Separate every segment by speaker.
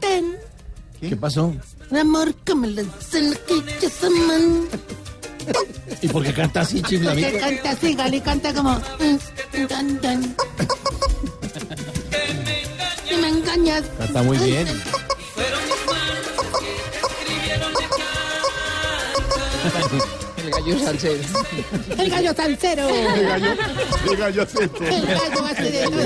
Speaker 1: Ven,
Speaker 2: ¿Qué pasó?
Speaker 1: remórcamela, que se man.
Speaker 2: ¿Y por qué canta así,
Speaker 1: Que
Speaker 2: chiflamico?
Speaker 1: canta así, Gali, canta como. mm, Dan, dan. Y me engañas.
Speaker 2: Canta muy bien.
Speaker 1: El gallo salsero. El
Speaker 3: El gallo hace esto.
Speaker 1: gallo hace de
Speaker 3: El
Speaker 1: todo.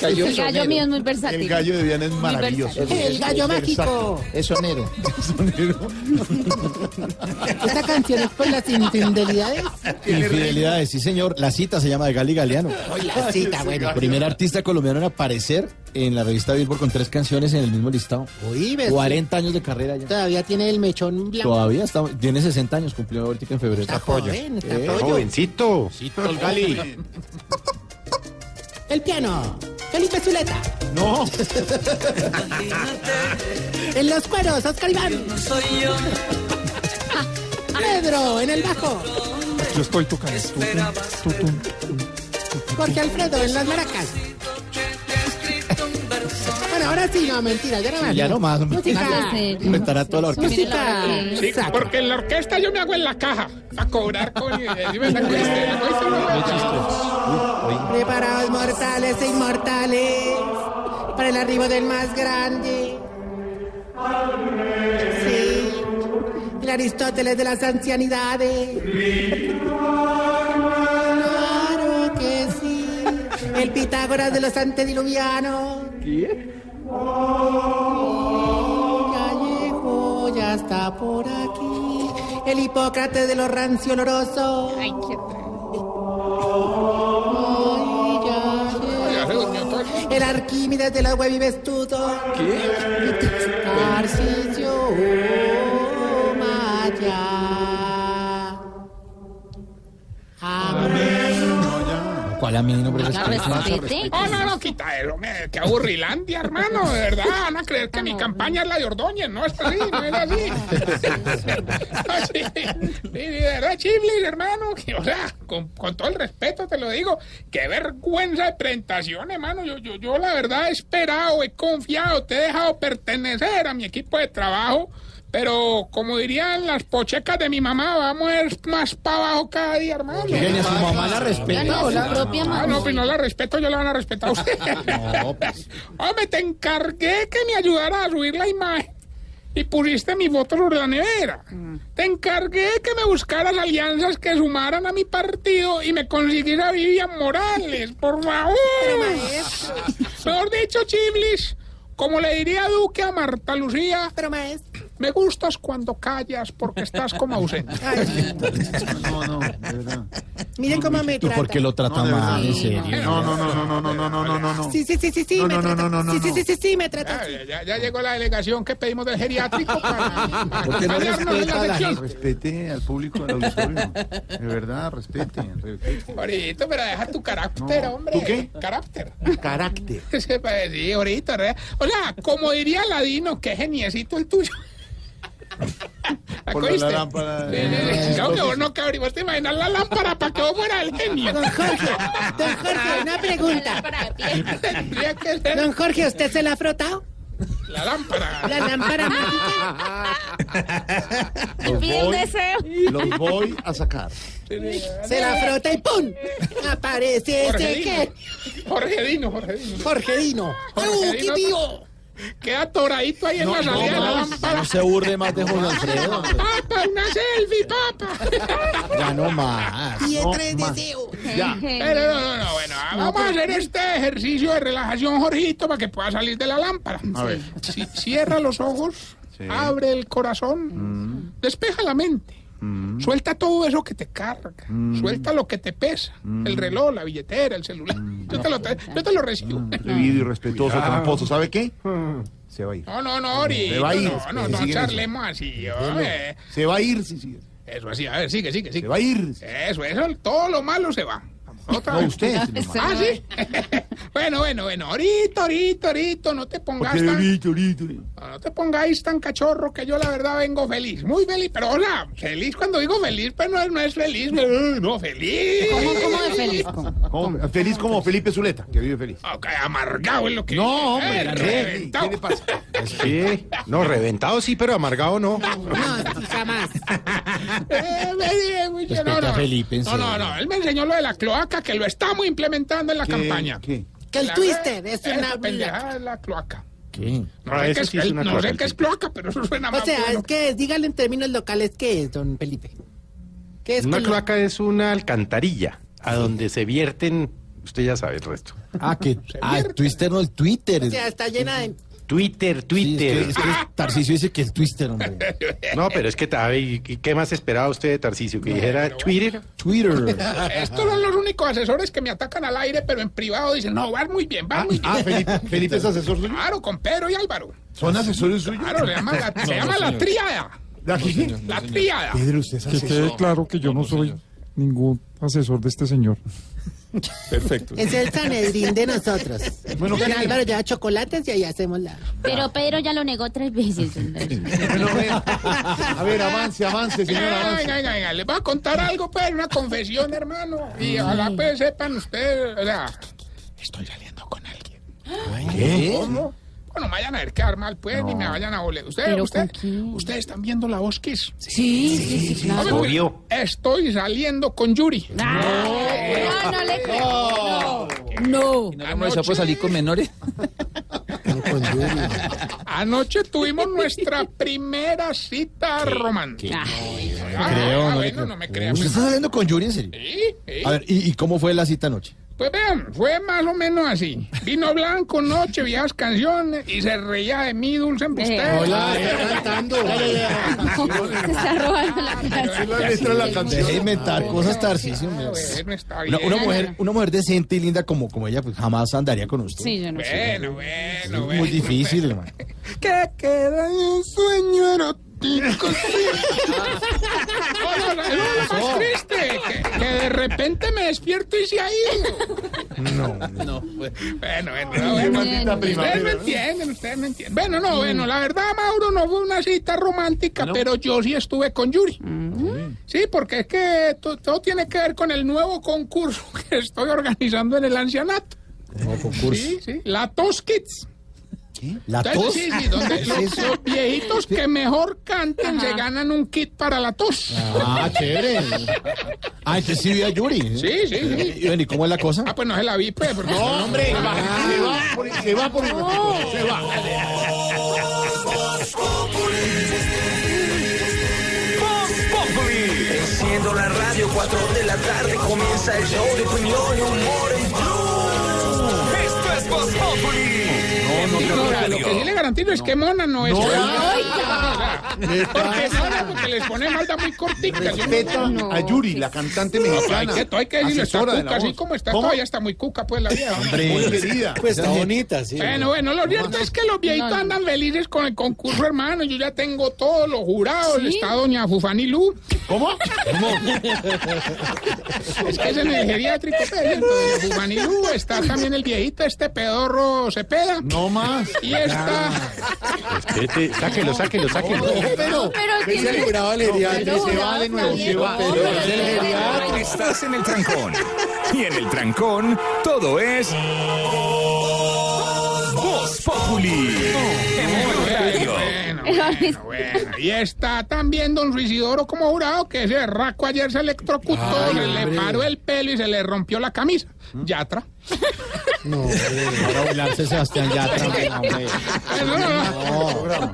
Speaker 3: gallo,
Speaker 4: El gallo mío es muy versátil.
Speaker 3: el gallo de Diana es maravilloso.
Speaker 1: El gallo mágico.
Speaker 3: Es sonero. Es sonero.
Speaker 1: Esta canción es por las infidelidades.
Speaker 2: Infidelidades, sí, señor. La cita se llama de Gali Galeano.
Speaker 1: La cita, bueno.
Speaker 2: Primer artista colombiano en aparecer en la revista Billboard con tres canciones en el mismo listado.
Speaker 1: Oí, ves,
Speaker 2: 40 años de carrera ya.
Speaker 1: Todavía tiene el mechón blanco.
Speaker 2: Todavía está, tiene 60 años, cumplió ahorita en febrero.
Speaker 1: Está
Speaker 5: ¿eh?
Speaker 1: joven, está
Speaker 2: Eh,
Speaker 1: pollo.
Speaker 6: Jovencito.
Speaker 1: El piano. Felipe Zuleta.
Speaker 3: No,
Speaker 1: En los cueros, Oscar Iván. Pedro, en el bajo.
Speaker 3: yo estoy tocando. Tú, tú, tú, tú.
Speaker 1: Jorge Alfredo, en las maracas. Bueno, ahora sí, no, mentira, ya no más.
Speaker 2: Ya nomás, hombre.
Speaker 1: Música.
Speaker 2: Inventará toda la orquesta.
Speaker 4: Mire la
Speaker 1: Música.
Speaker 4: verdad que-
Speaker 7: Sí,
Speaker 1: Exacto.
Speaker 7: porque en la orquesta yo me hago en la caja. A cobrar con. eh, yo me saco este, hago esto, no, no,
Speaker 1: Preparados mortales e inmortales para el arribo del más grande. Sí, el Aristóteles de las ancianidades. Claro que sí. El Pitágoras de los antediluvianos. Ya llegó, ya está por aquí. El Hipócrates de los rancio olorosos.
Speaker 4: Ay, qué atrás.
Speaker 1: Ay, ya llegó.
Speaker 7: ya se durmió todo el mundo.
Speaker 1: El Arquímedes de la web y vestudo. ¿Qué? Tarcisio Maya. Ah,
Speaker 2: ¿Cuál a mí no porque
Speaker 4: La respete.
Speaker 7: Oh, no, no, quita eso, me- qué aburrilandia, hermano, de verdad. Van a creer que mi campaña es la de Ordóñez, no es así, no es así. No, sí, sí, de verdad, Chiflis, hermano, que, o sea, con, con todo el respeto te lo digo, qué vergüenza de presentación, hermano. Yo, yo, yo la verdad he esperado, he confiado, te he dejado pertenecer a mi equipo de trabajo. Pero como dirían las pochecas de mi mamá, vamos a ir más para abajo cada día, hermano.
Speaker 2: Ni a su mamá la respeta.
Speaker 4: Gana su propia
Speaker 7: Ah, no,
Speaker 4: mano.
Speaker 7: pues no la respeto, yo la van a respetar a usted. Hombre, te encargué que me ayudara a subir la imagen y pusiste mi voto sobre la nevera.
Speaker 2: Mm.
Speaker 7: Te encargué que me buscaras alianzas que sumaran a mi partido y me consiguiera a Vivian Morales, por favor. Mejor dicho, Chiblis, como le diría Duque a Marta Lucía,
Speaker 1: Pero maestro.
Speaker 7: me gustas cuando callas porque estás como ausente.
Speaker 3: No, no, de verdad.
Speaker 1: Miren cómo me
Speaker 2: ¿Tú
Speaker 1: trata.
Speaker 2: por qué lo trata
Speaker 3: No, de verdad.
Speaker 2: mal? En serio.
Speaker 3: No, no, no, no, no, no, no, no, no, no, no.
Speaker 1: Sí, sí, sí, sí, sí.
Speaker 3: No,
Speaker 1: me
Speaker 3: no, no,
Speaker 1: trata.
Speaker 3: no, no, no,
Speaker 1: sí, sí,
Speaker 3: no.
Speaker 1: sí, sí, sí, me trata.
Speaker 7: Ah,
Speaker 1: así.
Speaker 7: ya, ya- ya llegó la delegación que pedimos del geriátrico para, para
Speaker 2: ¿Por qué no
Speaker 7: acompañarnos en
Speaker 2: respeta
Speaker 7: la
Speaker 2: a la
Speaker 7: sección.
Speaker 3: Respete al público del auditorio. De verdad, respete. respete.
Speaker 7: Ahorita, pero deja tu carácter,
Speaker 3: No.
Speaker 7: hombre.
Speaker 3: ¿Tú qué?
Speaker 7: Carácter.
Speaker 3: Carácter.
Speaker 7: Se puede decir, ahorita, re- O sea, como diría Ladino, qué geniecito el tuyo.
Speaker 3: Por la
Speaker 7: ¿Acogiste?
Speaker 3: lámpara.
Speaker 7: Sí, sí, sí. Claro que vos no cabrón, vos te imaginas la lámpara para que vos fueras el genio.
Speaker 1: Don Jorge, don Jorge, una pregunta.
Speaker 4: Para pie.
Speaker 7: Tendría que ser
Speaker 1: Don Jorge, ¿usted se la ha frotado?
Speaker 7: la lámpara.
Speaker 1: ¿La lámpara mágica?
Speaker 4: Pide un deseo.
Speaker 3: Los voy a sacar.
Speaker 1: Se la frota y ¡pum! Aparece
Speaker 7: Jorge
Speaker 1: ese que...
Speaker 7: Dino. Jorge Dino, Jorge Dino.
Speaker 1: Jorge Dino.
Speaker 7: Jorge
Speaker 1: ¡Uh, qué
Speaker 7: Dino.
Speaker 1: vivo!
Speaker 7: Queda atoradito ahí en la salida de la lámpara.
Speaker 2: No se burle más de Jorge Alfredo. hombre.
Speaker 7: ¡Papa, una selfie, papa!
Speaker 2: Ya no más.
Speaker 1: Y es tres deseos.
Speaker 3: Ya.
Speaker 7: Pero no, no, no, bueno, ah, vamos a hacer este ejercicio de relajación, Jorgito, para que pueda salir de la lámpara.
Speaker 3: A ver.
Speaker 7: Sí, Mm. cierra los ojos,
Speaker 3: Sí.
Speaker 7: abre el corazón, despeja la mente. Suelta todo eso que te carga. Suelta lo que te pesa. El reloj, la billetera, el celular. Yo, te lo tra- yo te lo recibo.
Speaker 3: Atrevido, irrespetuoso, tramposo. ¿Sabe qué? Se va a ir.
Speaker 7: No, no, no, Ori.
Speaker 3: Se va a ir,
Speaker 7: No, no,
Speaker 3: que
Speaker 7: no,
Speaker 3: sigue en eso.
Speaker 7: charlemos así. hombre.
Speaker 3: Se va a ir, sí, sí.
Speaker 7: Eso así, a ver, sigue, sigue,
Speaker 3: Se
Speaker 7: sigue.
Speaker 3: va a ir.
Speaker 7: Eso, eso, todo lo malo se va. Otra
Speaker 3: No,
Speaker 6: Eh.
Speaker 7: vez.
Speaker 3: usted. señor Mario.
Speaker 7: Ah, sí. bueno, bueno, bueno. Ahorita, ahorita, ahorita, no te pongas
Speaker 3: Porque
Speaker 7: tan.
Speaker 3: ahorita, ahorita, ahorita.
Speaker 7: No, no te pongáis tan cachorro que yo la verdad vengo feliz. Muy feliz, pero hola, feliz cuando digo feliz, pero no, es- no es feliz, no, no, feliz.
Speaker 4: ¿Cómo, cómo de feliz?
Speaker 3: ¿Cómo? Feliz como Felipe Zuleta, que vive feliz.
Speaker 7: Ah, ok, amargado es lo que.
Speaker 3: No, hombre,
Speaker 7: Eh,
Speaker 3: ¿qué?
Speaker 7: reventado.
Speaker 3: ¿Qué le pasa?
Speaker 6: Sí. No, reventado sí, pero amargado no.
Speaker 1: No, jamás.
Speaker 7: Eh, me- me- me- no,
Speaker 2: Respeta
Speaker 7: no,
Speaker 2: a Felipe, en
Speaker 7: no, no,
Speaker 2: serio.
Speaker 7: no, él me enseñó lo de la cloaca que lo estamos implementando en la campaña.
Speaker 3: ¿Qué?
Speaker 1: Que el
Speaker 7: La-
Speaker 1: twister es
Speaker 7: esa
Speaker 1: una...
Speaker 7: pendejada es la cloaca.
Speaker 2: ¿Qué?
Speaker 7: No
Speaker 6: Ah,
Speaker 7: sé
Speaker 6: eso
Speaker 7: qué es,
Speaker 6: sí es
Speaker 7: el-
Speaker 6: una
Speaker 7: no
Speaker 6: cloaca,
Speaker 7: sé qué es
Speaker 6: sí.
Speaker 7: cloaca, pero eso suena
Speaker 1: O
Speaker 7: más
Speaker 1: sea,
Speaker 7: bueno.
Speaker 1: es que es, dígale en términos locales qué es, don Felipe. ¿Qué es
Speaker 6: Una
Speaker 1: con lo-
Speaker 6: cloaca es una alcantarilla a donde se vierten, usted ya sabe el resto.
Speaker 2: Ah, que. Ah, el Twister no, el Twitter.
Speaker 1: O sea, está llena de...
Speaker 6: Twitter,
Speaker 2: Sí, es que,
Speaker 6: Twitter.
Speaker 2: es que Tarcisio dice que el Twister, hombre.
Speaker 6: No, pero es que sabe, ¿y y qué más esperaba usted de Tarcisio? Que dijera Twitter.
Speaker 2: Twitter.
Speaker 7: Estos son los únicos asesores que me atacan al aire, pero en privado dicen, no, vas muy bien, vas muy bien.
Speaker 3: Ah, Felipe, Felipe es asesor suyo.
Speaker 7: Claro, con Pedro y Álvaro.
Speaker 3: ¿Son
Speaker 4: Ah,
Speaker 3: asesores suyos?
Speaker 7: Claro, se llama la, se llama la tríada.
Speaker 3: ¿La qué?
Speaker 7: La tríada.
Speaker 3: Pedro, usted es
Speaker 8: Que
Speaker 3: asesor.
Speaker 8: quede claro que yo no soy ningún asesor de este señor.
Speaker 3: Perfecto.
Speaker 1: Es el Sanedrín de nosotros.
Speaker 3: Bueno,
Speaker 1: Don
Speaker 3: ¿qué?
Speaker 1: Álvaro lleva chocolates y ahí hacemos la...
Speaker 4: Pero Pedro ya lo negó tres veces.
Speaker 3: Bueno, a ver. A ver, avance, avance, señor,
Speaker 7: Venga,
Speaker 3: avance.
Speaker 7: venga, venga, venga, les voy a contar algo, pues, una confesión, hermano. Y ojalá pues sepan ustedes, o sea, estoy saliendo con alguien. ¿Cómo? Bueno, me vayan a ver quedar mal, pues, ni me vayan a bolear. Ustedes,
Speaker 4: ¿Pero
Speaker 7: ustedes,
Speaker 4: con quién?
Speaker 7: ustedes están viendo la Bosquis.
Speaker 4: Sí, sí, sí, claro.
Speaker 6: Obvio.
Speaker 7: Estoy saliendo con Yuri.
Speaker 4: Ah. No, no le creo. No.
Speaker 7: Anoche,
Speaker 2: menores?
Speaker 7: anoche tuvimos nuestra primera cita romántica. Ah,
Speaker 2: Creo,
Speaker 7: ah,
Speaker 2: no le
Speaker 7: bueno,
Speaker 2: creo.
Speaker 7: no me crean.
Speaker 2: ¿Usted está saliendo con Yuri en serio?
Speaker 7: Sí, sí.
Speaker 2: A ver, ¿y, y cómo fue la cita anoche?
Speaker 7: Pues vean, fue más o menos así. Vino blanco, noche, viejas canciones y se reía de mí, dulce
Speaker 2: Eh.
Speaker 7: embustero.
Speaker 3: Hola, está cantando.
Speaker 4: Se está robando la clase.
Speaker 3: La letra de
Speaker 2: Deje
Speaker 3: la
Speaker 2: de
Speaker 3: canción.
Speaker 2: inventar cosas, Tarcisio.
Speaker 7: Ah,
Speaker 2: hombre.
Speaker 7: bueno, está
Speaker 2: Una,
Speaker 7: bien.
Speaker 2: una mujer, una mujer decente y linda como, como ella, pues jamás andaría con usted.
Speaker 4: Sí, yo no sé.
Speaker 7: Bueno, bueno, bueno.
Speaker 2: Muy difícil, hermano.
Speaker 7: Que queda en un sueño erótico. sí. pues. No, no, no, es lo más triste. Que, que de repente me despierto y se ha ido. Bueno, bueno, no, bueno.
Speaker 3: Maldita
Speaker 7: Ustedes me
Speaker 3: primavera.
Speaker 7: entienden, ustedes me entienden. Bueno, no, bueno, la verdad, Mauro, no fue una cita romántica, pero yo sí estuve con Yuri. Sí, porque es que to- todo tiene que ver con el nuevo concurso que estoy organizando en el ancianato. Sí, sí, la Tos Kids.
Speaker 2: La
Speaker 7: Entonces,
Speaker 2: tos.
Speaker 7: sí, sí, donde
Speaker 2: ¿Qué
Speaker 7: los,
Speaker 2: es eso?
Speaker 7: los viejitos que mejor canten se ganan un kit para la tos.
Speaker 2: Ah, chévere. Ah, que sí vi a Yuri. ¿eh?
Speaker 7: Sí, sí, sí.
Speaker 2: Y, bueno, ¿y cómo es la cosa?
Speaker 7: Ah, pues no se la vi, pues. porque-
Speaker 3: No, hombre, se va por el- se va por el se va.
Speaker 5: Enciendo la radio, 4 de la tarde comienza el show de opinión y humor en Blue. Esto es Voz
Speaker 7: No,
Speaker 5: Populi.
Speaker 7: lo que sí le garantizo es que Mona no es.
Speaker 3: No.
Speaker 7: Oiga. Porque Mona, porque les pone malda muy cortita. yo no-
Speaker 3: Respeta a Yuri, la cantante mexicana.
Speaker 7: Hay que, hay que decirlo, está
Speaker 3: asesora de la
Speaker 7: cuca, así
Speaker 3: voz.
Speaker 7: como está
Speaker 3: ¿Cómo?
Speaker 7: todavía está muy cuca, pues la vieja.
Speaker 3: Muy querida. Pues,
Speaker 2: está bonita, sí.
Speaker 7: Bueno, bueno, lo cierto es que los viejitos andan felices con el concurso, hermano. Yo ya tengo todos los jurados. Está doña Fufani Lu.
Speaker 3: ¿Cómo?
Speaker 7: Es que es en el geriátrico. pues, Doña Fufani Lu. Está también el viejito, este pedorro Cepeda.
Speaker 3: No más.
Speaker 7: Y está...
Speaker 6: Respete, sáquelo, sáquelo, sáquelo.
Speaker 4: Pero
Speaker 3: Pero, Ese
Speaker 4: tiene-
Speaker 3: jurado del geriátrico
Speaker 4: Pero
Speaker 3: se va de nuevo, se va.
Speaker 4: Javier, no,
Speaker 3: Es el
Speaker 4: pero-
Speaker 3: geriátrico.
Speaker 5: Estás en el trancón. Y en el trancón, todo es. Voz Populi. En Blue Radio.
Speaker 7: Bueno, bueno, bueno. Y está también don Luis Isidoro como jurado, que ese raco ayer
Speaker 3: ¿Mm?
Speaker 7: se electrocutó, se le paró el pelo y se le rompió la camisa. Yatra.
Speaker 2: No, hombre, ahora bailarse Sebastián ya también, hombre.
Speaker 7: No, no, no.
Speaker 2: No,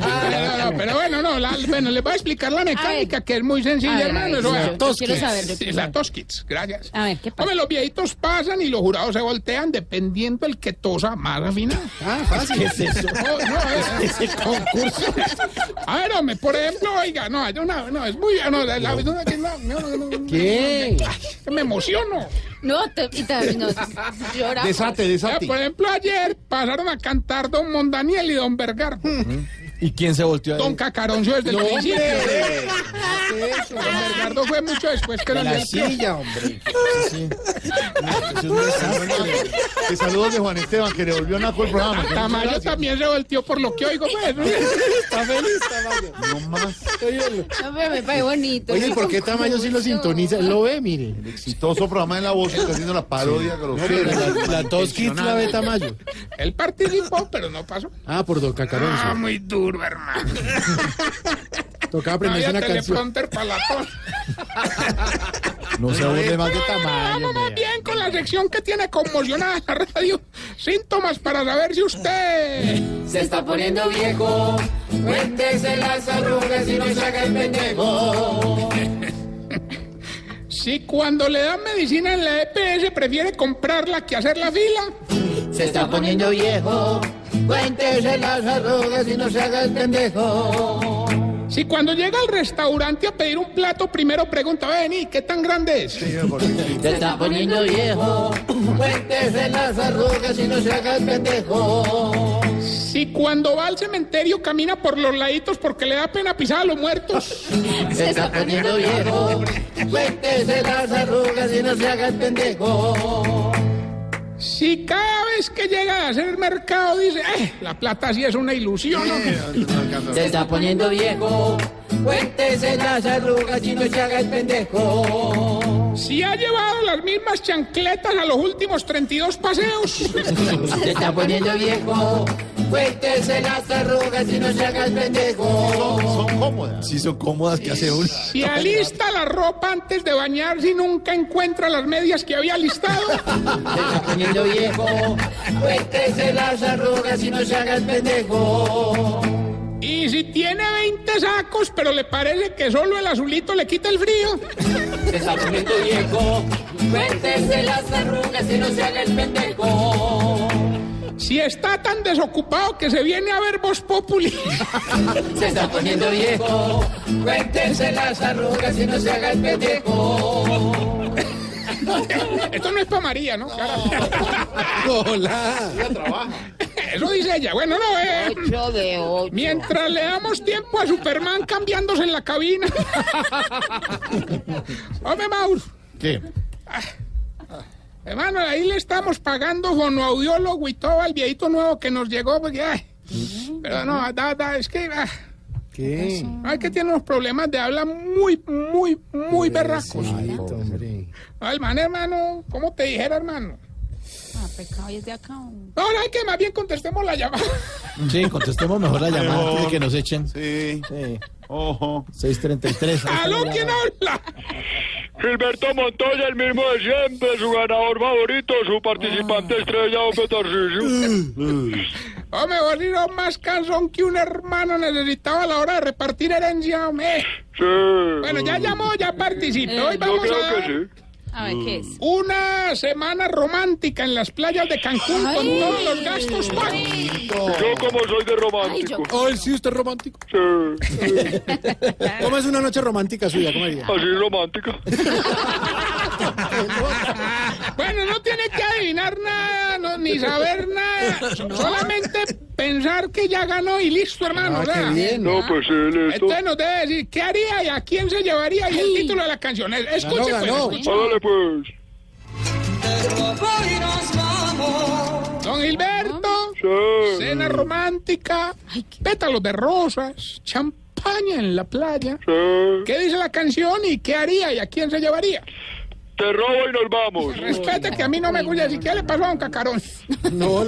Speaker 7: Ah, no, no, pero bueno, no, la- bueno, les voy a explicar la mecánica, que es muy
Speaker 4: A
Speaker 7: sencilla,
Speaker 4: ver,
Speaker 7: hermano.
Speaker 4: a ver,
Speaker 7: eso
Speaker 4: yo-
Speaker 7: es-
Speaker 4: yo Tos quiero Kids. saber, yo
Speaker 7: Sí,
Speaker 4: quiero
Speaker 7: la
Speaker 4: saber.
Speaker 7: Tos Kids, gracias.
Speaker 4: A ver, ¿qué pasa?
Speaker 7: Hombre, los viejitos pasan y los jurados se voltean dependiendo el que tosa más afinado.
Speaker 2: Ah, fácil. ¿Qué es eso?
Speaker 7: No, no, es-
Speaker 2: Es el concurso.
Speaker 7: A ver, hombre, por ejemplo, oiga, no, yo no, no, es muy... No, la- la- no, no, no, no, no,
Speaker 2: ¿Qué?
Speaker 7: no, me emociono.
Speaker 4: No, te, y te, no, lloramos.
Speaker 2: Desate,
Speaker 7: Ya,
Speaker 2: desate.
Speaker 7: por ejemplo, ayer pasaron a cantar Don Mondaniel y Don Vergardo.
Speaker 2: ¿Y quién se volteó ahí?
Speaker 7: Don Cacaroncio desde el principio. Don Vergardo fue mucho después que
Speaker 2: De
Speaker 7: lo
Speaker 2: la
Speaker 7: metió.
Speaker 2: silla, hombre. Sí. No, eso es un desastre.
Speaker 3: Te saludos de Juan Esteban, que devolvió Naco el programa.
Speaker 7: Tamayo también se volteó por lo que oigo, pues. ¿no?
Speaker 2: Está feliz, Tamayo.
Speaker 3: No más.
Speaker 4: No, pero me parece bonito.
Speaker 9: Oye, ¿por qué Tamayo sí lo sintoniza? Lo ve, mire.
Speaker 3: El exitoso programa de la voz que está haciendo la parodia grosera.
Speaker 9: La, la tos kids la ve Tamayo.
Speaker 7: Él participó, pero no pasó.
Speaker 9: Ah, por Don
Speaker 7: Ah,
Speaker 9: Cacarón.
Speaker 7: muy duro, hermano.
Speaker 9: Tocaba
Speaker 7: No
Speaker 9: aprenderse
Speaker 7: había
Speaker 9: una canción.
Speaker 7: teleprompter para la tos.
Speaker 2: No se abunde más de
Speaker 7: Vamos
Speaker 2: Tamayo,
Speaker 7: más
Speaker 2: hombre.
Speaker 7: bien con la sección que tiene conmocionada la radio. Síntomas para saber si usted...
Speaker 5: Se está poniendo viejo, cuéntese las arrugas y no se haga el pendejo.
Speaker 7: Si cuando le dan medicina en la EPS prefiere comprarla que hacer la fila.
Speaker 5: Se está poniendo viejo, cuéntese las arrugas y no se haga el pendejo.
Speaker 7: Si cuando llega al restaurante a pedir un plato, primero pregunta, vení, ¿qué tan grande es?
Speaker 5: Se está poniendo viejo, cuéntese las arrugas y no se haga el pendejo.
Speaker 7: Si cuando va al cementerio camina por los laditos porque le da pena pisar a los muertos.
Speaker 5: Se está poniendo viejo, cuéntese las arrugas y no se haga el pendejo.
Speaker 7: Si cada vez que llega a hacer mercado dice, eh, la plata sí es una ilusión. hombre".
Speaker 5: Se está poniendo viejo, cuéntese las arrugas y no se haga el pendejo.
Speaker 7: Si ha llevado las mismas chancletas a los últimos 32 paseos.
Speaker 5: Se está poniendo viejo, cuéntese las arrugas y no se haga el pendejo.
Speaker 3: Son cómodas.
Speaker 2: Sí son cómodas que hace uno.
Speaker 7: Si alista la ropa antes de bañarse y nunca encuentra las medias que había listado.
Speaker 5: Se está poniendo viejo, cuéntese las arrugas y no se haga el pendejo.
Speaker 7: Y si tiene 20 sacos, pero le parece que solo el azulito le quita el frío.
Speaker 5: Se está poniendo viejo, cuéntese las arrugas y no se haga el pendejo.
Speaker 7: Si está tan desocupado que se viene a ver Voz Populi.
Speaker 5: Se está poniendo viejo, cuéntese las arrugas y no se haga el pendejo.
Speaker 7: Esto no es para María, ¿no?
Speaker 2: Hola.
Speaker 7: Eso dice ella. Bueno, no, eh.
Speaker 4: Ocho de ocho.
Speaker 7: Mientras le damos tiempo a Superman cambiándose en la cabina. Hombre, Mauro.
Speaker 3: ¿Qué?
Speaker 7: Hermano, ahí le estamos pagando fonoaudiólogo y todo al viejito nuevo que nos llegó. Porque, ay, pero no, da, da, es que... ah,
Speaker 9: ¿Qué?
Speaker 7: no, es que tiene unos problemas de habla muy, muy, muy berracos.
Speaker 9: Ay, hombre.
Speaker 7: No, hermano, hermano, ¿cómo te dijera, hermano?
Speaker 4: Ah, pecado, es de acá. hombre.
Speaker 7: Ahora hay que más bien contestemos la llamada.
Speaker 2: Sí, contestemos mejor la llamada antes de que nos echen.
Speaker 3: Sí.
Speaker 2: Sí,
Speaker 3: Ojo.
Speaker 2: 633.
Speaker 7: ¿Aló? ¿Quién habla?
Speaker 10: Gilberto Montoya, el mismo de siempre, su ganador favorito, su participante estrella, hombre Tarcisio.
Speaker 7: Hombre, vos sí sos más cansón que un hermano necesitaba a la hora de repartir herencia, hombre.
Speaker 10: Sí.
Speaker 7: Bueno, ya llamó, ya participó.
Speaker 10: Mm. Eh,
Speaker 7: Hoy
Speaker 10: Yo
Speaker 7: vamos
Speaker 10: creo
Speaker 7: a
Speaker 10: que sí.
Speaker 4: A ver, ¿qué es?
Speaker 7: una semana romántica en las playas de Cancún con
Speaker 4: Ay.
Speaker 7: todos los gastos pagos.
Speaker 10: Yo como soy de
Speaker 4: Ay, yo-
Speaker 10: romántico.
Speaker 9: Ay, sí, usted es romántico.
Speaker 10: Sí.
Speaker 9: ¿Cómo es una noche romántica suya? ¿Cómo diría?
Speaker 10: Así romántica.
Speaker 7: Bueno, no tiene que adivinar nada, no, ni saber nada. So- Solamente pensar que ya ganó y listo, hermano. o sea,
Speaker 10: No, pues sí, listo.
Speaker 7: Entonces nos debe decir qué haría y a quién se llevaría y el título de la canción. Es- Escuche, pues,
Speaker 9: ganó.
Speaker 7: escuche.
Speaker 10: Hágale pues.
Speaker 7: Don Gilberto,
Speaker 10: Sí.
Speaker 7: cena romántica, pétalos de rosas, champaña en la playa.
Speaker 10: Sí.
Speaker 7: ¿Qué dice la canción y qué haría y a quién se llevaría?
Speaker 11: Te robo y nos vamos.
Speaker 7: Respete que a mí no me gusta. ¿Y qué le pasó a un cacarón?
Speaker 8: No,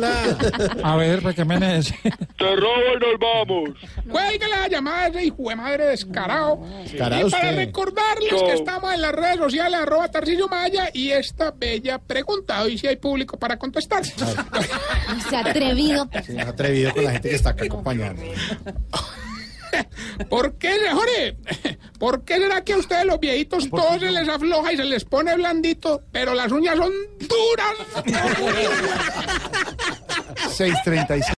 Speaker 8: A ver, ¿para qué me neces-
Speaker 11: Te robo y nos vamos.
Speaker 7: Cuelga la llamada de ese hijo de madre descarado.
Speaker 11: Carado
Speaker 7: y para
Speaker 11: usted.
Speaker 7: recordarles
Speaker 11: Yo.
Speaker 7: que estamos en las redes sociales, arroba Tarcillo Maya, y esta bella pregunta. Hoy si hay público para contestar.
Speaker 4: Se ha atrevido. pues,
Speaker 2: Sí, es atrevido con la gente que está acá acompañando.
Speaker 7: ¿Por qué, Jorge? ¿Por qué será que a ustedes los viejitos todo se les afloja y se les pone blandito, pero las uñas son duras?
Speaker 3: 6.36.